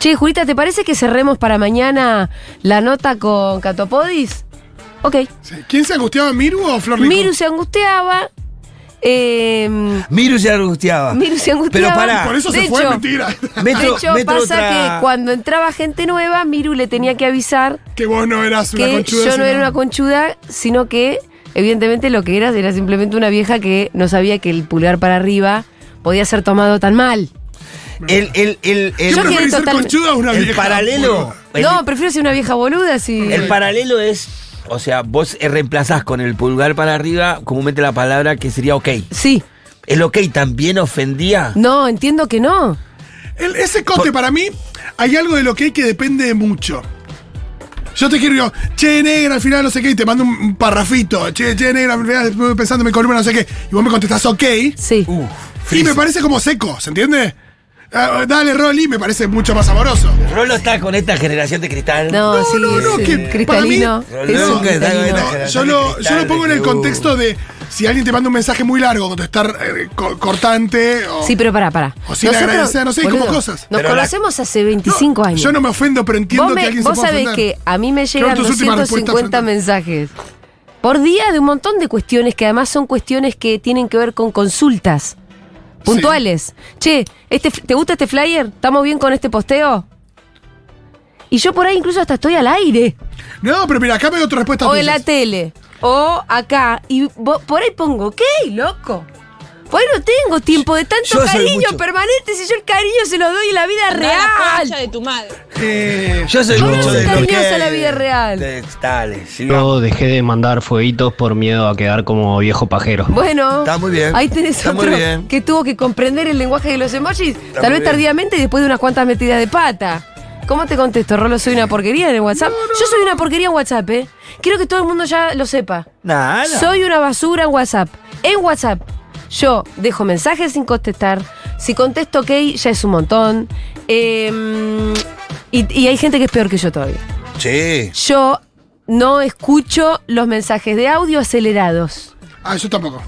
[SPEAKER 1] Che, Julita, ¿te parece que cerremos para mañana la nota con Catopodis? Ok.
[SPEAKER 3] Sí. ¿Quién se angustiaba, Miru o Flor Lico?
[SPEAKER 1] Miru se angustiaba. eh,
[SPEAKER 2] Miru se angustiaba.
[SPEAKER 1] Miru se angustiaba.
[SPEAKER 2] Pero pará.
[SPEAKER 3] Por eso
[SPEAKER 1] De
[SPEAKER 3] se fue,
[SPEAKER 1] hecho-
[SPEAKER 3] mentira. (laughs)
[SPEAKER 1] de
[SPEAKER 2] Metro-
[SPEAKER 1] hecho,
[SPEAKER 2] metro
[SPEAKER 1] pasa
[SPEAKER 2] otra-
[SPEAKER 1] que cuando entraba gente nueva, Miru le tenía que avisar
[SPEAKER 3] que vos no eras una
[SPEAKER 1] que
[SPEAKER 3] conchuda.
[SPEAKER 1] yo no
[SPEAKER 3] sino-
[SPEAKER 1] era una conchuda, sino que evidentemente lo que eras era simplemente una vieja que no sabía que el pulgar para arriba podía ser tomado tan mal.
[SPEAKER 2] El, el, el, el-
[SPEAKER 3] ¿Qué
[SPEAKER 1] Yo
[SPEAKER 3] preferís
[SPEAKER 1] quiero
[SPEAKER 3] ser
[SPEAKER 1] total-
[SPEAKER 3] conchuda o una
[SPEAKER 2] el
[SPEAKER 3] vieja
[SPEAKER 2] paralelo.
[SPEAKER 3] boluda?
[SPEAKER 2] el-
[SPEAKER 1] no, prefiero ser una vieja boluda si.
[SPEAKER 2] El paralelo es, o sea, vos eh, reemplazás con el pulgar para arriba comúnmente la palabra que sería ok.
[SPEAKER 1] Sí.
[SPEAKER 2] ¿El ok también ofendía?
[SPEAKER 1] No, entiendo que no.
[SPEAKER 3] El- ese cote para mí, hay algo de lo que hay que depende de mucho. Yo te quiero, digo, che, negra, al final no sé qué, y te mando un, un parrafito. Che, che, negra, al final estuve pensando en mi columna, no sé qué. Y vos me contestás, ok.
[SPEAKER 1] Sí.
[SPEAKER 3] Uh,
[SPEAKER 2] Uf,
[SPEAKER 3] Y me
[SPEAKER 2] freezer.
[SPEAKER 3] parece como seco, ¿se entiende? Ah, dale, Rolly, me parece mucho más amoroso.
[SPEAKER 2] Rolo está con esta generación de cristal.
[SPEAKER 1] No, sí,
[SPEAKER 3] no, no,
[SPEAKER 1] sí,
[SPEAKER 3] que para
[SPEAKER 1] cristalino.
[SPEAKER 3] mí-
[SPEAKER 1] es un
[SPEAKER 2] Rolón, que está
[SPEAKER 1] cristalino.
[SPEAKER 2] buena.
[SPEAKER 3] No, yo, lo, yo lo pongo en el contexto de si alguien te manda un mensaje muy largo, contestar eh, co- cortante o.
[SPEAKER 1] Sí, pero pará, pará.
[SPEAKER 3] O sin agradecer, no sé, como cosas.
[SPEAKER 1] Nos
[SPEAKER 2] Pero la-
[SPEAKER 1] conocemos hace
[SPEAKER 3] No,
[SPEAKER 1] 25 años.
[SPEAKER 3] Yo no me ofendo, pero entiendo
[SPEAKER 1] vos
[SPEAKER 3] que
[SPEAKER 1] me-
[SPEAKER 3] alguien
[SPEAKER 1] vos
[SPEAKER 3] se pueda
[SPEAKER 1] sabés
[SPEAKER 3] ofender.
[SPEAKER 1] que a mí me llegan
[SPEAKER 3] tus últimas
[SPEAKER 1] 250
[SPEAKER 3] respuestas,
[SPEAKER 1] mensajes por día de un montón de cuestiones que además son cuestiones que tienen que ver con consultas puntuales. Che, este, f- ¿te gusta este flyer? ¿Estamos bien con este posteo? Y yo por ahí incluso hasta estoy al aire.
[SPEAKER 3] No, pero mira, acá me dio otra respuesta.
[SPEAKER 1] o en la
[SPEAKER 3] tuyas.
[SPEAKER 1] tele, o acá, y vo- por ahí pongo, ok, loco. Por ahí no tengo tiempo de tanto
[SPEAKER 2] Yo soy
[SPEAKER 1] cariño
[SPEAKER 2] mucho.
[SPEAKER 1] permanente, si yo el cariño se lo doy en la vida real.
[SPEAKER 4] de tu madre.
[SPEAKER 3] Eh,
[SPEAKER 2] Yo soy
[SPEAKER 1] Ahora
[SPEAKER 2] mucho
[SPEAKER 1] son
[SPEAKER 2] de lo
[SPEAKER 1] cariñosos
[SPEAKER 2] que-
[SPEAKER 1] a la vida real.
[SPEAKER 2] Textales, sí.
[SPEAKER 6] Yo dejé de mandar fueguitos por miedo a quedar como viejo pajero.
[SPEAKER 1] Bueno,
[SPEAKER 2] Está muy bien.
[SPEAKER 1] ahí tenés
[SPEAKER 2] Está muy
[SPEAKER 1] otro
[SPEAKER 2] bien.
[SPEAKER 1] que tuvo que comprender el lenguaje de los emojis, tal
[SPEAKER 2] muy
[SPEAKER 1] vez
[SPEAKER 2] bien.
[SPEAKER 1] tardíamente y después de unas cuantas metidas de pata. ¿Cómo te contesto, Rolo? ¿Soy una porquería en el WhatsApp? yo soy una porquería en WhatsApp, ¿eh? Quiero que todo el mundo ya lo sepa.
[SPEAKER 2] Nada.
[SPEAKER 1] Soy una basura en WhatsApp. En WhatsApp. Yo dejo mensajes sin contestar. Si contesto ok, ya es un montón. Eh, y, y hay gente que es peor que yo todavía.
[SPEAKER 2] Sí.
[SPEAKER 1] Yo no escucho los mensajes de audio acelerados.
[SPEAKER 3] Ah, yo tampoco.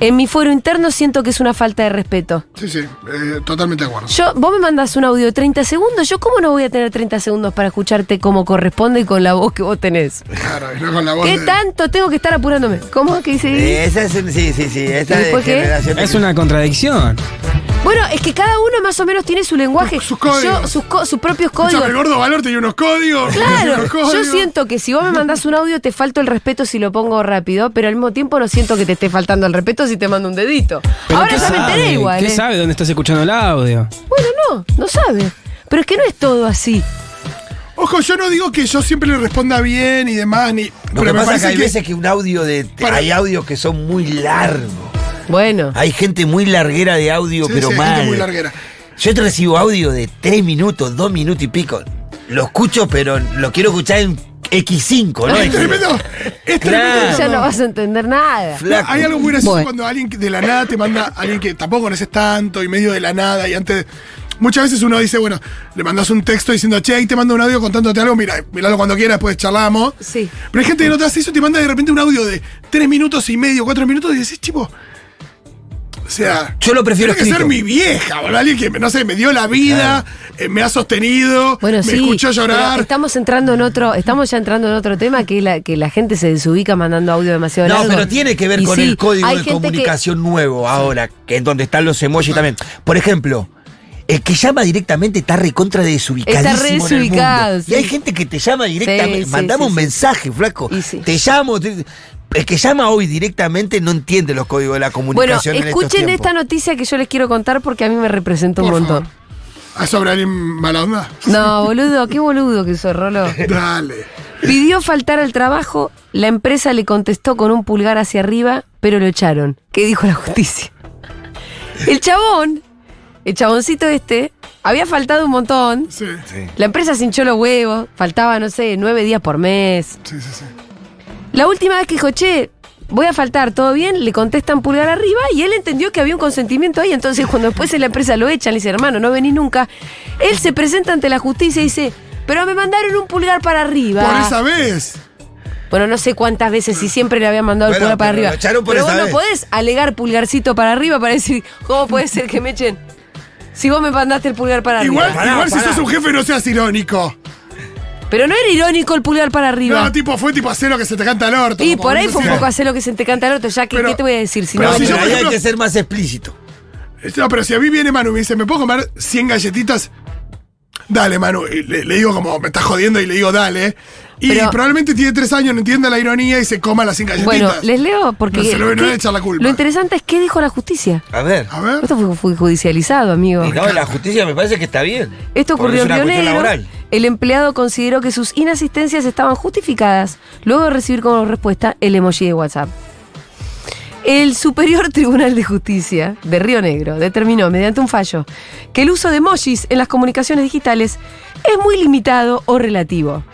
[SPEAKER 1] En mi fuero interno siento que es una falta de respeto.
[SPEAKER 3] Sí, sí, eh, totalmente de acuerdo.
[SPEAKER 1] Yo, vos me mandas un audio de 30 segundos, yo cómo no voy a tener 30 segundos para escucharte como corresponde y con la voz que vos tenés.
[SPEAKER 3] Claro, y no con la voz.
[SPEAKER 1] ¿Qué
[SPEAKER 3] de-
[SPEAKER 1] tanto tengo que estar apurándome? ¿Cómo que dice?
[SPEAKER 2] Esa es, sí, sí, sí, esa
[SPEAKER 1] ¿Y
[SPEAKER 2] de
[SPEAKER 1] después qué?
[SPEAKER 2] generación.
[SPEAKER 4] Es una contradicción.
[SPEAKER 1] Bueno, es que cada uno más o menos tiene su lenguaje,
[SPEAKER 3] Sus- sus códigos.
[SPEAKER 1] Yo- sus, co- sus propios
[SPEAKER 3] Escúchame,
[SPEAKER 1] códigos.
[SPEAKER 3] gordo valor tenía unos códigos. tenía
[SPEAKER 1] Claro,
[SPEAKER 3] unos
[SPEAKER 1] yo
[SPEAKER 3] códigos.
[SPEAKER 1] siento que si vos me mandás un audio te falto el respeto si lo pongo rápido, pero al mismo tiempo no siento que te esté faltando el respeto si te mando un dedito.
[SPEAKER 4] Pero
[SPEAKER 1] Ahora
[SPEAKER 4] ¿qué
[SPEAKER 1] ya me
[SPEAKER 4] sabe?
[SPEAKER 1] enteré igual.
[SPEAKER 4] ¿Qué
[SPEAKER 1] eh.
[SPEAKER 4] sabe dónde estás escuchando el audio?
[SPEAKER 1] Bueno, no, no sabe. Pero es que no es todo así.
[SPEAKER 3] Ojo, yo no digo que yo siempre le responda bien y demás, ni.
[SPEAKER 2] Lo que pasa es que hay veces que un audio de.
[SPEAKER 3] Para-
[SPEAKER 2] Hay audios que son muy largos.
[SPEAKER 1] Bueno.
[SPEAKER 2] Hay gente muy larguera de audio,
[SPEAKER 3] Sí,
[SPEAKER 2] pero
[SPEAKER 3] sí, hay gente
[SPEAKER 2] mal.
[SPEAKER 3] muy larguera.
[SPEAKER 2] Yo te recibo audio de 3 minutos, 2 minutos y pico. Lo escucho, pero lo quiero escuchar en X5, ¿no?
[SPEAKER 3] Es tremendo. Es tremendo.
[SPEAKER 2] Claro.
[SPEAKER 1] Ya no vas a entender nada.
[SPEAKER 2] Flaco.
[SPEAKER 3] Hay algo muy gracioso
[SPEAKER 1] Bueno.
[SPEAKER 3] cuando alguien que de la nada te manda alguien que tampoco conoces tanto y medio de la nada y antes. Muchas veces uno dice, bueno, le mandas un texto diciendo, che, ahí te mando un audio contándote algo, mira, miralo cuando quieras, después charlamos.
[SPEAKER 1] Sí.
[SPEAKER 3] Pero hay gente que no te hace eso y te manda de repente un audio de tres minutos y medio, cuatro minutos y decís, tipo. O sea.
[SPEAKER 2] Yo lo prefiero
[SPEAKER 3] Tiene que ser
[SPEAKER 2] escrito.
[SPEAKER 3] mi vieja, ¿verdad? Alguien que, no sé, me dio la vida, eh, me ha sostenido,
[SPEAKER 1] Bueno,
[SPEAKER 3] me
[SPEAKER 1] sí.
[SPEAKER 3] escuchó
[SPEAKER 1] pero
[SPEAKER 3] llorar.
[SPEAKER 1] Estamos entrando en otro, estamos ya entrando en otro tema que es la que la gente se desubica mandando audio demasiado
[SPEAKER 2] No,
[SPEAKER 1] largo.
[SPEAKER 2] pero tiene que ver
[SPEAKER 1] Y
[SPEAKER 2] con
[SPEAKER 1] sí,
[SPEAKER 2] el código
[SPEAKER 1] hay
[SPEAKER 2] de
[SPEAKER 1] gente que-
[SPEAKER 2] comunicación nuevo ahora, que es donde están los emojis también. Por ejemplo, el que llama directamente está recontra desubicadísimo.
[SPEAKER 1] Está re
[SPEAKER 2] en el mundo.
[SPEAKER 1] desubicado, sí.
[SPEAKER 2] Y hay gente que te llama directamente.
[SPEAKER 1] Sí, sí,
[SPEAKER 2] mandame
[SPEAKER 1] sí,
[SPEAKER 2] un
[SPEAKER 1] sí.
[SPEAKER 2] mensaje, flaco.
[SPEAKER 1] Y sí.
[SPEAKER 2] Te llamo. te- el que llama hoy directamente no entiende los códigos de la
[SPEAKER 1] Bueno,
[SPEAKER 2] comunicación. en estos
[SPEAKER 1] escuchen
[SPEAKER 2] tiempos.
[SPEAKER 1] esta noticia que yo les quiero contar porque a mí me representa un
[SPEAKER 3] Por
[SPEAKER 1] montón.
[SPEAKER 3] favor. ¿Ah, sobre alguien mala onda?
[SPEAKER 1] (laughs) No, boludo, qué boludo que sos,
[SPEAKER 2] (laughs)
[SPEAKER 1] Rolo.
[SPEAKER 2] Eh.
[SPEAKER 3] Dale.
[SPEAKER 1] Pidió faltar al trabajo, la empresa le contestó con un pulgar hacia arriba, pero lo echaron. ¿Qué dijo la
[SPEAKER 2] (laughs)
[SPEAKER 1] justicia? El chabón, el chaboncito este, había faltado un montón.
[SPEAKER 3] Sí.
[SPEAKER 1] La empresa se hinchó los huevos, faltaba, no sé, nueve días por mes.
[SPEAKER 3] Sí, sí, sí.
[SPEAKER 1] La última vez que dijo, che, voy a faltar, ¿todo bien? Le contestan pulgar arriba y él entendió que había un consentimiento ahí. Entonces, (laughs) cuando después en la empresa lo echan, le dice, hermano, no venís nunca. Él se presenta ante la justicia y dice, pero me mandaron un pulgar para arriba.
[SPEAKER 3] Por esa vez.
[SPEAKER 1] Bueno, no sé cuántas veces y siempre le había mandado
[SPEAKER 2] Bueno,
[SPEAKER 1] el pulgar para
[SPEAKER 2] pero
[SPEAKER 1] arriba.
[SPEAKER 2] lo echaron por
[SPEAKER 1] pero
[SPEAKER 2] esa
[SPEAKER 1] vos no
[SPEAKER 2] vez.
[SPEAKER 1] podés alegar pulgarcito para arriba para decir, ¿cómo puede ser que me echen? Si vos me mandaste el pulgar para
[SPEAKER 3] Igual,
[SPEAKER 1] arriba.
[SPEAKER 2] Pará,
[SPEAKER 3] igual si
[SPEAKER 2] pará.
[SPEAKER 3] sos un jefe no seas irónico.
[SPEAKER 1] Pero no era irónico el pulgar para arriba.
[SPEAKER 3] No, tipo, fue tipo acero que se te canta el orto.
[SPEAKER 1] y
[SPEAKER 3] como
[SPEAKER 1] por ahí
[SPEAKER 3] vos
[SPEAKER 1] fue un
[SPEAKER 3] decías.
[SPEAKER 1] poco hacer lo que se te canta el otro, ya que
[SPEAKER 3] Pero-
[SPEAKER 1] ¿qué te voy a decir? Si
[SPEAKER 3] pero
[SPEAKER 1] no,
[SPEAKER 2] No,
[SPEAKER 3] si yo,
[SPEAKER 2] pero
[SPEAKER 3] por
[SPEAKER 2] ahí
[SPEAKER 3] ejemplo-
[SPEAKER 2] hay que ser más explícito.
[SPEAKER 3] No, pero si a mí viene Manu y me dice, ¿me puedo comer 100 galletitas? Dale, Manu. Y le, le digo como, me estás jodiendo y le digo, dale. Y
[SPEAKER 1] Pero-
[SPEAKER 3] probablemente tiene tres años, no entienda la ironía y se coma las 100 galletitas.
[SPEAKER 1] Bueno, les leo porque.
[SPEAKER 3] No se lo- no
[SPEAKER 1] ¿qué-
[SPEAKER 3] le echa la culpa. ¿Eh?
[SPEAKER 1] Lo interesante es qué dijo la justicia.
[SPEAKER 2] A ver.
[SPEAKER 1] Ah,
[SPEAKER 3] A ver.
[SPEAKER 1] Esto fue, fue judicializado, amigo.
[SPEAKER 2] Y no, la justicia me parece que está bien.
[SPEAKER 1] Esto ocurrió
[SPEAKER 2] Porque
[SPEAKER 1] en
[SPEAKER 2] es una
[SPEAKER 1] Río
[SPEAKER 2] cuestión
[SPEAKER 1] Negro.
[SPEAKER 2] laboral.
[SPEAKER 1] El empleado consideró que sus inasistencias estaban justificadas luego de recibir como respuesta el emoji de WhatsApp. El Superior (laughs) Tribunal de Justicia de Río Negro determinó, mediante un fallo, que el uso de emojis en las comunicaciones digitales es muy limitado o relativo.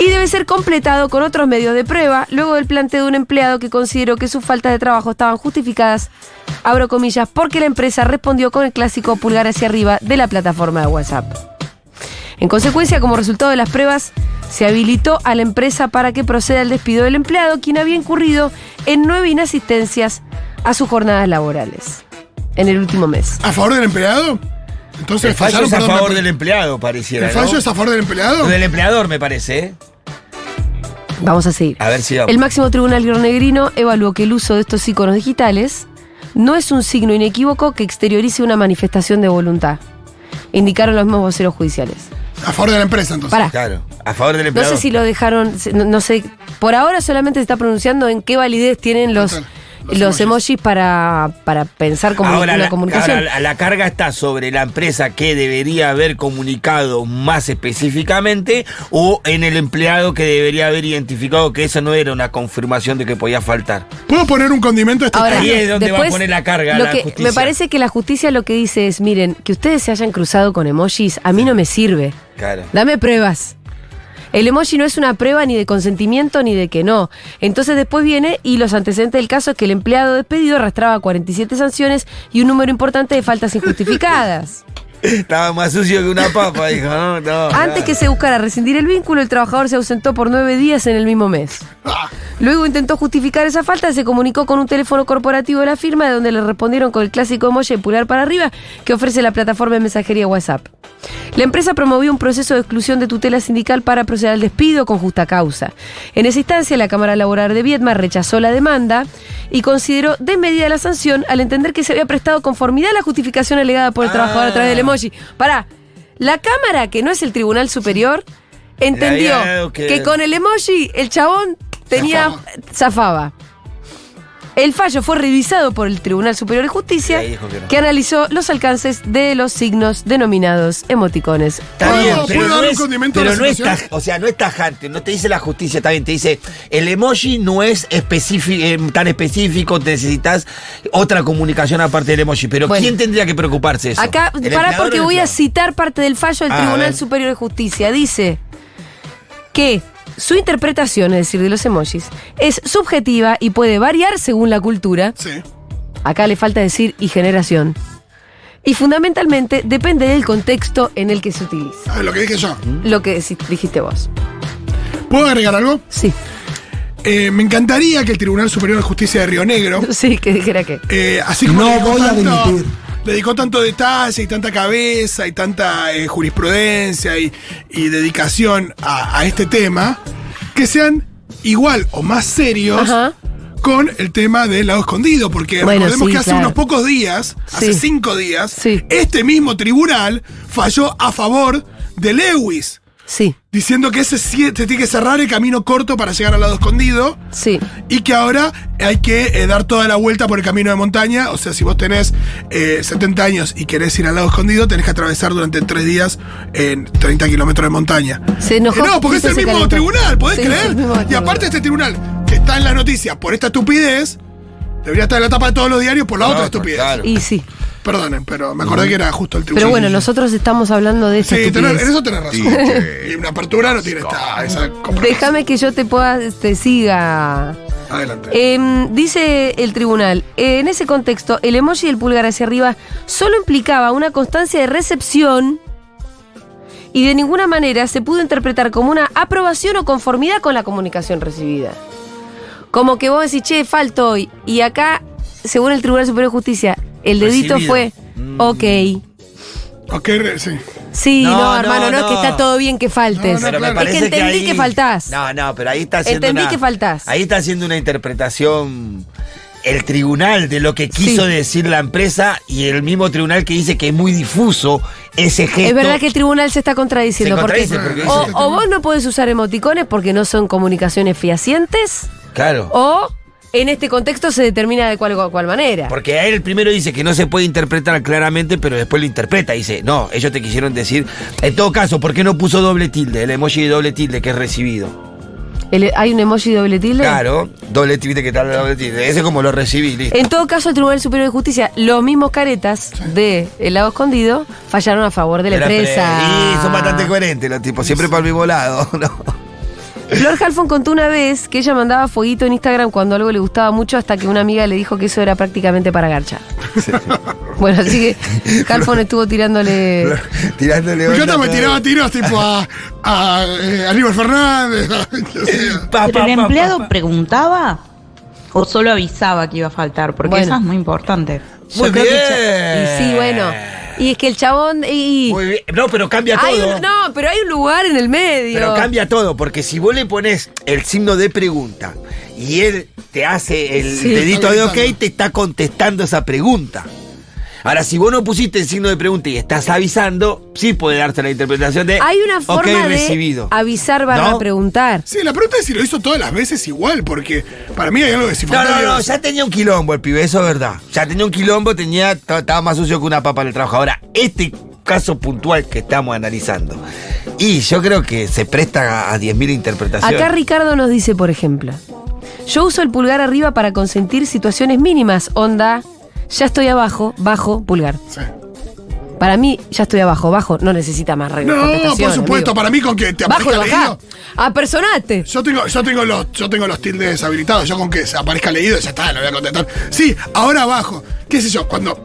[SPEAKER 1] Y debe ser completado con otros medios de prueba, luego del planteo de un empleado que consideró que sus faltas de trabajo estaban justificadas, abro comillas, porque la empresa respondió con el clásico pulgar hacia arriba de la plataforma de WhatsApp. En consecuencia, como resultado de las pruebas, se habilitó a la empresa para que proceda el despido del empleado, quien había incurrido en nueve inasistencias a sus jornadas laborales en el último mes.
[SPEAKER 3] ¿A favor del empleado? Entonces,
[SPEAKER 2] El fallo
[SPEAKER 3] fallaron,
[SPEAKER 2] es a
[SPEAKER 3] perdón,
[SPEAKER 2] favor
[SPEAKER 3] me-
[SPEAKER 2] del empleado, pareciera.
[SPEAKER 3] ¿El fallo
[SPEAKER 2] ¿no?
[SPEAKER 3] es a favor del empleado?
[SPEAKER 2] Del empleador, me parece. ¿eh?
[SPEAKER 1] Vamos a seguir.
[SPEAKER 2] A ver si vamos.
[SPEAKER 1] El máximo tribunal rionegrino evaluó que el uso de estos iconos digitales no es un signo inequívoco que exteriorice una manifestación de voluntad. Indicaron los mismos voceros judiciales.
[SPEAKER 3] A favor de la empresa,
[SPEAKER 1] (laughs)
[SPEAKER 3] entonces.
[SPEAKER 1] Pará.
[SPEAKER 2] Claro, a favor del
[SPEAKER 1] No
[SPEAKER 2] empleador.
[SPEAKER 1] sé si lo dejaron, se- no, no sé, por ahora solamente se está pronunciando en qué validez tienen los,
[SPEAKER 3] Total,
[SPEAKER 1] los, emojis,
[SPEAKER 3] los emojis.
[SPEAKER 1] para, para pensar como
[SPEAKER 2] ahora,
[SPEAKER 1] una
[SPEAKER 2] la,
[SPEAKER 1] comunicación.
[SPEAKER 2] ahora la- la carga está sobre la empresa que debería haber comunicado más específicamente o en el empleado que debería haber identificado que esa no era una confirmación de que podía faltar.
[SPEAKER 3] ¿Puedo poner un condimento a este
[SPEAKER 1] Ahora,
[SPEAKER 2] Ahí es donde va a poner la carga
[SPEAKER 1] lo
[SPEAKER 2] la
[SPEAKER 1] que-
[SPEAKER 2] justicia.
[SPEAKER 1] me parece que la justicia lo que dice es, miren, que ustedes se hayan cruzado con emojis, a mí no me sirve.
[SPEAKER 2] Claro. (laughs)
[SPEAKER 1] Dame pruebas. El emoji no es una prueba ni de consentimiento ni de que no. Entonces después viene y los antecedentes del caso es que el empleado despedido arrastraba 47 sanciones y un número importante de faltas injustificadas.
[SPEAKER 2] Estaba más sucio que una papa, dijo. No, no.
[SPEAKER 1] Antes que se buscara rescindir el vínculo, el trabajador se ausentó por nueve días en el mismo mes. Luego intentó justificar esa falta, se comunicó con un teléfono corporativo de la firma, de donde le respondieron con el clásico emoji de pulgar para arriba que ofrece la plataforma de mensajería WhatsApp. La empresa promovió un proceso de exclusión de tutela sindical para proceder al despido con justa causa. En esa instancia, la Cámara Laboral de Vietnam rechazó la demanda y consideró desmedida la sanción al entender que se había prestado conformidad a la justificación alegada por el
[SPEAKER 2] Ah.
[SPEAKER 1] trabajador a través del emoji. Pará, la Cámara, que no es el Tribunal Superior, entendió
[SPEAKER 2] La idea es
[SPEAKER 1] que...
[SPEAKER 2] que-
[SPEAKER 1] con el emoji el chabón tenía zafaba. El fallo fue revisado por el Tribunal Superior de Justicia,
[SPEAKER 2] Y ahí dijo que no.
[SPEAKER 1] analizó los alcances de los signos denominados emoticones.
[SPEAKER 2] Está
[SPEAKER 3] ¿Puedo-
[SPEAKER 2] bien,
[SPEAKER 3] puedo
[SPEAKER 2] pero
[SPEAKER 3] dar
[SPEAKER 2] no
[SPEAKER 3] un
[SPEAKER 2] es,
[SPEAKER 3] condimento a
[SPEAKER 2] pero
[SPEAKER 3] la
[SPEAKER 2] no es
[SPEAKER 3] situación?
[SPEAKER 2] taj- o sea, no es tajante, no te dice la justicia, está bien, te dice, el emoji no es específico, eh, tan específico, necesitas otra comunicación aparte del emoji, pero
[SPEAKER 1] Bueno.
[SPEAKER 2] ¿quién tendría que preocuparse de eso?
[SPEAKER 1] Acá,
[SPEAKER 2] ¿El
[SPEAKER 1] pará
[SPEAKER 2] empleador o
[SPEAKER 1] porque
[SPEAKER 2] el
[SPEAKER 1] voy a
[SPEAKER 2] empleado?
[SPEAKER 1] citar parte del fallo del
[SPEAKER 2] Ah, a
[SPEAKER 1] Tribunal
[SPEAKER 2] ver.
[SPEAKER 1] Superior de Justicia. Dice que su interpretación, es decir, de los emojis, es subjetiva y puede variar según la cultura.
[SPEAKER 3] Sí.
[SPEAKER 1] Acá le falta decir y generación. Y fundamentalmente depende del contexto en el que se utiliza.
[SPEAKER 3] Ah, Lo que dije yo.
[SPEAKER 1] Lo que deci- dijiste vos.
[SPEAKER 3] ¿Puedo agregar algo?
[SPEAKER 1] Sí,
[SPEAKER 3] Eh, me encantaría que el Tribunal Superior de Justicia de
[SPEAKER 1] (laughs)
[SPEAKER 3] Río Negro,
[SPEAKER 2] Oh.
[SPEAKER 1] sí, que dijera que.
[SPEAKER 3] eh, así como
[SPEAKER 5] No
[SPEAKER 3] le dedicó
[SPEAKER 5] voy a dimitir.
[SPEAKER 3] le dedicó tanto detalle y tanta cabeza y tanta eh, jurisprudencia y, y dedicación a, a este tema, que sean igual o más serios
[SPEAKER 1] Ajá.
[SPEAKER 3] con el tema del lado escondido, porque
[SPEAKER 1] Bueno,
[SPEAKER 3] recordemos
[SPEAKER 1] sí,
[SPEAKER 3] que hace
[SPEAKER 1] claro.
[SPEAKER 3] unos pocos días, hace
[SPEAKER 1] Sí.
[SPEAKER 3] cinco días,
[SPEAKER 1] Sí.
[SPEAKER 3] este mismo tribunal falló a favor de Lewis.
[SPEAKER 1] Sí,
[SPEAKER 3] Diciendo que ese sí- se tiene que cerrar el camino corto para llegar al lado escondido
[SPEAKER 1] sí.
[SPEAKER 3] y que ahora hay que eh, dar toda la vuelta por el camino de montaña. O sea, si vos tenés eh, 70 años y querés ir al lado escondido, tenés que atravesar durante tres días en 30 kilómetros de montaña.
[SPEAKER 1] Se enojó.
[SPEAKER 3] Eh, no, porque es
[SPEAKER 1] Tito,
[SPEAKER 3] el
[SPEAKER 1] se
[SPEAKER 3] mismo
[SPEAKER 1] calentó.
[SPEAKER 3] tribunal, ¿podés
[SPEAKER 1] Sí, es
[SPEAKER 3] creer?
[SPEAKER 1] el mismo
[SPEAKER 3] Y
[SPEAKER 1] tribunal.
[SPEAKER 3] aparte este tribunal, que está en las noticias por esta estupidez, debería estar en la tapa de todos los diarios por la
[SPEAKER 2] No,
[SPEAKER 3] otra
[SPEAKER 2] por-
[SPEAKER 3] estupidez.
[SPEAKER 2] claro.
[SPEAKER 1] Y sí.
[SPEAKER 3] Perdonen, pero me acordé que era justo el tribunal.
[SPEAKER 1] Pero bueno, nosotros estamos hablando de esa
[SPEAKER 3] Sí, tenés-
[SPEAKER 1] estupidez.
[SPEAKER 3] en eso tenés razón. Y una apertura no tiene esta, esa compromiso.
[SPEAKER 1] Déjame que yo te pueda, te siga.
[SPEAKER 3] Adelante.
[SPEAKER 1] Em, dice el tribunal, eh, en ese contexto, el emoji del pulgar hacia arriba solo implicaba una constancia de recepción y de ninguna manera se pudo interpretar como una aprobación o conformidad con la comunicación recibida. Como que vos decís, che, falto hoy. Y acá, según el Tribunal Superior de Justicia, el dedito
[SPEAKER 2] Recibido.
[SPEAKER 1] fue,
[SPEAKER 2] Mm.
[SPEAKER 1] ok.
[SPEAKER 3] ok, sí.
[SPEAKER 1] Sí, no,
[SPEAKER 2] No, no,
[SPEAKER 1] hermano, no, es que
[SPEAKER 2] no.
[SPEAKER 1] está todo bien que faltes.
[SPEAKER 3] No, no,
[SPEAKER 2] Pero me
[SPEAKER 3] claro.
[SPEAKER 1] es que
[SPEAKER 2] parece
[SPEAKER 1] entendí que,
[SPEAKER 2] ahí-
[SPEAKER 1] faltás.
[SPEAKER 2] No, no, pero ahí está haciendo
[SPEAKER 1] Entendí
[SPEAKER 2] una-
[SPEAKER 1] que faltás.
[SPEAKER 2] Ahí está haciendo una interpretación el tribunal de lo que quiso
[SPEAKER 1] Sí.
[SPEAKER 2] decir la empresa y el mismo tribunal que dice que es muy difuso ese gesto.
[SPEAKER 1] Es verdad que el tribunal se está contradiciendo.
[SPEAKER 2] Se
[SPEAKER 1] porque,
[SPEAKER 2] contradice, porque
[SPEAKER 1] o,
[SPEAKER 2] dice-
[SPEAKER 1] o vos no podés usar emoticones porque no son comunicaciones fehacientes,
[SPEAKER 2] Claro.
[SPEAKER 1] o en este contexto se determina de cuál, cuál manera.
[SPEAKER 2] Porque a él primero dice que no se puede interpretar claramente, pero después lo interpreta. Dice, no, ellos te quisieron decir. En todo caso, ¿por qué no puso doble tilde? El emoji de doble tilde que es recibido.
[SPEAKER 1] El- ¿Hay un emoji doble tilde?
[SPEAKER 2] Claro, doble tilde, que tal doble tilde? Ese es como lo recibí, listo.
[SPEAKER 1] En todo caso, el Tribunal Superior de Justicia, los mismos caretas de El Lago Escondido fallaron a favor de la
[SPEAKER 2] Pero,
[SPEAKER 1] empresa.
[SPEAKER 2] pero, Y son bastante coherentes los tipos, siempre para el volado, (laughs) ¿no?
[SPEAKER 1] Flor Halfon contó una vez que ella mandaba fueguito en Instagram cuando algo le gustaba mucho hasta que una amiga le dijo que eso era prácticamente para garchar. Bueno, así
[SPEAKER 2] (laughs)
[SPEAKER 1] que Halfon estuvo tirándole...
[SPEAKER 2] Tirándole
[SPEAKER 3] Me encanta,
[SPEAKER 2] onda
[SPEAKER 3] Pues me
[SPEAKER 2] todo.
[SPEAKER 3] tiraba tiros tipo a, a, eh, Aníbal Fernández. (laughs) a- yo sé, a-
[SPEAKER 5] Ah,
[SPEAKER 2] Pa,
[SPEAKER 7] ¿Pero
[SPEAKER 2] pa,
[SPEAKER 7] el
[SPEAKER 2] pa,
[SPEAKER 7] empleado
[SPEAKER 2] pa, pa.
[SPEAKER 7] preguntaba o solo avisaba que iba a faltar? Porque
[SPEAKER 1] Bueno.
[SPEAKER 7] eso es muy importante.
[SPEAKER 2] Muy
[SPEAKER 1] Yo creo que
[SPEAKER 2] bien.
[SPEAKER 1] el cha- Y sí, bueno. Y es que el chabón. Y,
[SPEAKER 2] Muy bien. No, pero cambia
[SPEAKER 1] hay
[SPEAKER 2] todo.
[SPEAKER 1] un- no, pero hay un lugar en el medio.
[SPEAKER 2] Pero cambia todo, porque si vos le pones el signo de pregunta y él te hace el
[SPEAKER 1] Sí.
[SPEAKER 2] dedito de ok,
[SPEAKER 3] Avisando.
[SPEAKER 2] te está contestando esa pregunta. Ahora, si vos no pusiste el signo de pregunta y estás avisando, sí puede darte la interpretación de
[SPEAKER 1] Hay una
[SPEAKER 2] ok,
[SPEAKER 1] forma de
[SPEAKER 2] recibido.
[SPEAKER 1] avisar barra
[SPEAKER 2] ¿No?
[SPEAKER 1] preguntar.
[SPEAKER 3] Sí, la pregunta es si lo hizo todas las veces igual, porque para mí hay algo de si
[SPEAKER 2] No, no,
[SPEAKER 3] faltaba-
[SPEAKER 2] no, ya tenía un quilombo el pibe, eso es verdad. Ya tenía un quilombo, tenía, t- estaba más sucio que una papa en el trabajo. Ahora, este caso puntual que estamos analizando. Y yo creo que se presta a, a 10.000 interpretaciones.
[SPEAKER 1] Acá Ricardo nos dice, por ejemplo, yo uso el pulgar arriba para consentir situaciones mínimas, onda, ya estoy abajo, bajo, pulgar.
[SPEAKER 3] Sí.
[SPEAKER 1] Para mí, ya estoy abajo. Bajo no necesita más reglas.
[SPEAKER 3] No, por supuesto, para mí con que te
[SPEAKER 1] Bajo y
[SPEAKER 3] aparezca
[SPEAKER 1] bajá.
[SPEAKER 3] leído.
[SPEAKER 1] Apersonate.
[SPEAKER 3] Yo tengo, yo tengo los, yo tengo los tildes habilitados, yo con que se aparezca leído, ya está, lo voy a contestar. Sí, ahora abajo. ¿Qué sé yo? Cuando.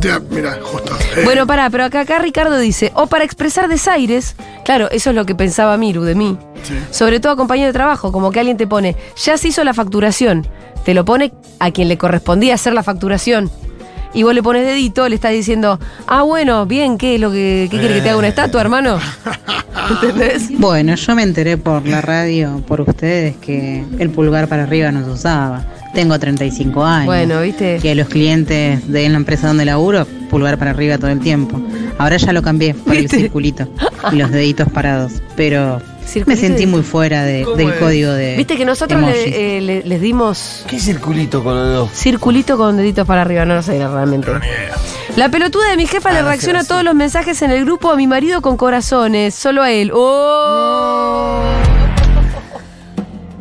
[SPEAKER 3] Te- Mira, justo. eh,
[SPEAKER 1] Bueno, pará, pero acá, acá Ricardo dice, o para expresar desaires, claro, eso es lo que pensaba Miru de mí.
[SPEAKER 3] Sí.
[SPEAKER 1] Sobre todo a compañero de trabajo, como que alguien te pone, ya se hizo la facturación, te lo pone a quien le correspondía hacer la facturación. Y vos le pones dedito, le estás diciendo, ah, bueno, bien, ¿qué es lo que qué quiere que te
[SPEAKER 3] Eh.
[SPEAKER 1] haga una estatua,
[SPEAKER 3] (laughs)
[SPEAKER 1] hermano? ¿Entendés?
[SPEAKER 5] Bueno, yo me enteré por la radio, por ustedes, que el pulgar para arriba no se usaba. Tengo 35 años.
[SPEAKER 1] Bueno, ¿viste?
[SPEAKER 5] Que los clientes de la empresa donde laburo, pulgar para arriba todo el tiempo. Ahora ya lo cambié por el
[SPEAKER 1] ¿Viste?
[SPEAKER 5] circulito y los deditos parados. Pero me
[SPEAKER 1] Circulito
[SPEAKER 5] sentí
[SPEAKER 1] y-
[SPEAKER 5] muy fuera de-
[SPEAKER 2] ¿Cómo
[SPEAKER 5] del
[SPEAKER 2] es?
[SPEAKER 5] código de.
[SPEAKER 1] Viste que nosotros
[SPEAKER 5] emojis.
[SPEAKER 1] le- eh, le- les dimos
[SPEAKER 2] ¿Qué circulito con los dos?
[SPEAKER 1] circulito con deditos para arriba, no lo sé realmente.
[SPEAKER 3] pero ni idea.
[SPEAKER 1] La pelotuda de mi jefa le reacciona a todos los mensajes en el grupo a mi marido con corazones, solo a él. ¡Oh!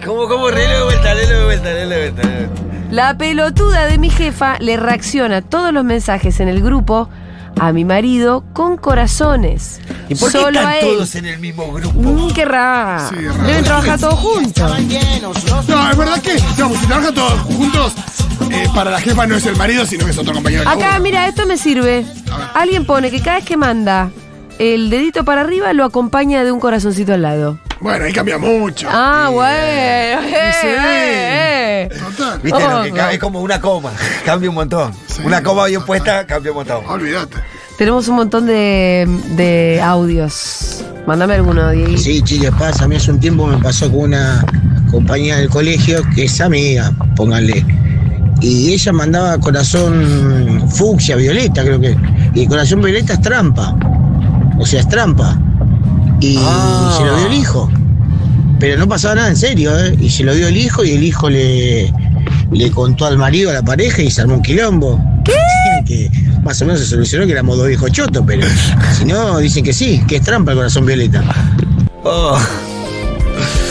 [SPEAKER 2] ¿Cómo, cómo? Relo de vuelta, relo de vuelta, relo de vuelta. relo de vuelta.
[SPEAKER 1] La pelotuda de mi jefa le reacciona a todos los mensajes en el grupo a mi marido con corazones.
[SPEAKER 2] ¿Y por qué
[SPEAKER 1] solo a
[SPEAKER 2] están
[SPEAKER 1] él.
[SPEAKER 2] todos en el mismo grupo?
[SPEAKER 1] Mm, qué raro.
[SPEAKER 3] Sí, raro.
[SPEAKER 1] Deben trabajar todos juntos.
[SPEAKER 3] No, es verdad que, digamos, si trabajan todos juntos, eh, para la jefa no es el marido, sino que es otro compañero de
[SPEAKER 1] Acá,
[SPEAKER 3] laburo.
[SPEAKER 1] mira, esto me sirve. Alguien pone que cada vez que manda el dedito para arriba lo acompaña de un corazoncito al lado.
[SPEAKER 3] Bueno, ahí cambia mucho.
[SPEAKER 1] Ah, bueno. eh,
[SPEAKER 3] Sí.
[SPEAKER 1] eh, eh.
[SPEAKER 3] Total.
[SPEAKER 2] Viste, lo que
[SPEAKER 1] Oh,
[SPEAKER 2] ca-
[SPEAKER 1] no.
[SPEAKER 2] es como una coma, cambia un montón.
[SPEAKER 3] Sí.
[SPEAKER 2] Una coma bien puesta, cambia un montón.
[SPEAKER 3] Olvídate.
[SPEAKER 1] Tenemos un montón de, de audios. Mándame alguno, Diego.
[SPEAKER 8] Sí, chicos, pasa. A mí hace un tiempo me pasó con una compañera del colegio que es amiga, pónganle. Y ella mandaba corazón fucsia, violeta, creo que. Y corazón violeta es trampa. O sea, es trampa. Y
[SPEAKER 2] Ah.
[SPEAKER 8] se lo dio el hijo. Pero no pasaba nada en serio, ¿eh? Y se lo dio el hijo y el hijo le, le contó al marido, a la pareja y se armó un quilombo. Que más o menos se solucionó que éramos dos viejos chotos, pero si no, dicen que sí, que es trampa el corazón violeta.
[SPEAKER 2] Oh.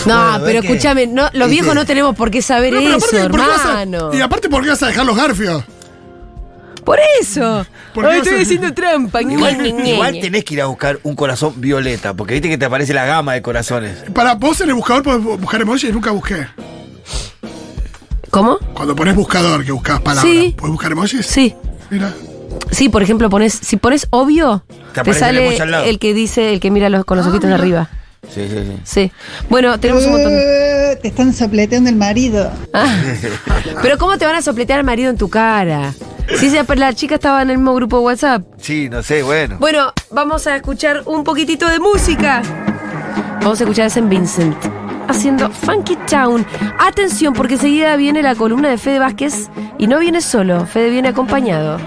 [SPEAKER 1] No,
[SPEAKER 2] Bueno, ¿ves
[SPEAKER 1] pero
[SPEAKER 2] que-
[SPEAKER 1] escúchame, no, los
[SPEAKER 2] ¿viste?
[SPEAKER 1] viejos no tenemos por qué saber
[SPEAKER 3] No, pero
[SPEAKER 1] eso,
[SPEAKER 3] aparte, ¿por qué vas a-
[SPEAKER 1] hermano.
[SPEAKER 3] y aparte, ¿por qué vas a dejar los garfios?
[SPEAKER 1] Por eso.
[SPEAKER 3] ¿Por qué
[SPEAKER 1] Ay,
[SPEAKER 3] vas
[SPEAKER 1] estoy
[SPEAKER 3] a-
[SPEAKER 1] diciendo trampa.
[SPEAKER 2] Igual, igual tenés que ir a buscar un corazón violeta, porque viste que te aparece la gama de corazones.
[SPEAKER 3] Para vos en el buscador podés bu- buscar emojis, nunca busqué.
[SPEAKER 1] ¿Cómo?
[SPEAKER 3] Cuando pones buscador, que buscas palabras,
[SPEAKER 1] Sí.
[SPEAKER 3] ¿puedes buscar emojis?
[SPEAKER 1] Sí.
[SPEAKER 3] Mira.
[SPEAKER 1] Sí, por ejemplo, pones, si pones obvio,
[SPEAKER 2] Te
[SPEAKER 1] te,
[SPEAKER 2] aparece el
[SPEAKER 1] sale
[SPEAKER 2] emoji al lado.
[SPEAKER 1] el, que dice, el que mira los- con
[SPEAKER 3] Ah,
[SPEAKER 1] los ojitos de arriba.
[SPEAKER 2] Sí, sí, sí.
[SPEAKER 1] Sí. Bueno, tenemos un montón.
[SPEAKER 9] Te están sopleteando el marido.
[SPEAKER 1] Ah. Pero ¿cómo te van a sopletear al marido en tu cara? Si esa- la chica estaba en el mismo grupo de WhatsApp.
[SPEAKER 2] Sí, no sé, bueno.
[SPEAKER 1] Bueno, vamos a escuchar un poquitito de música. Vamos a escuchar a St. Vincent haciendo Funky Town. Atención, porque enseguida viene la columna de Fede Vázquez y no viene solo, Fede viene acompañado.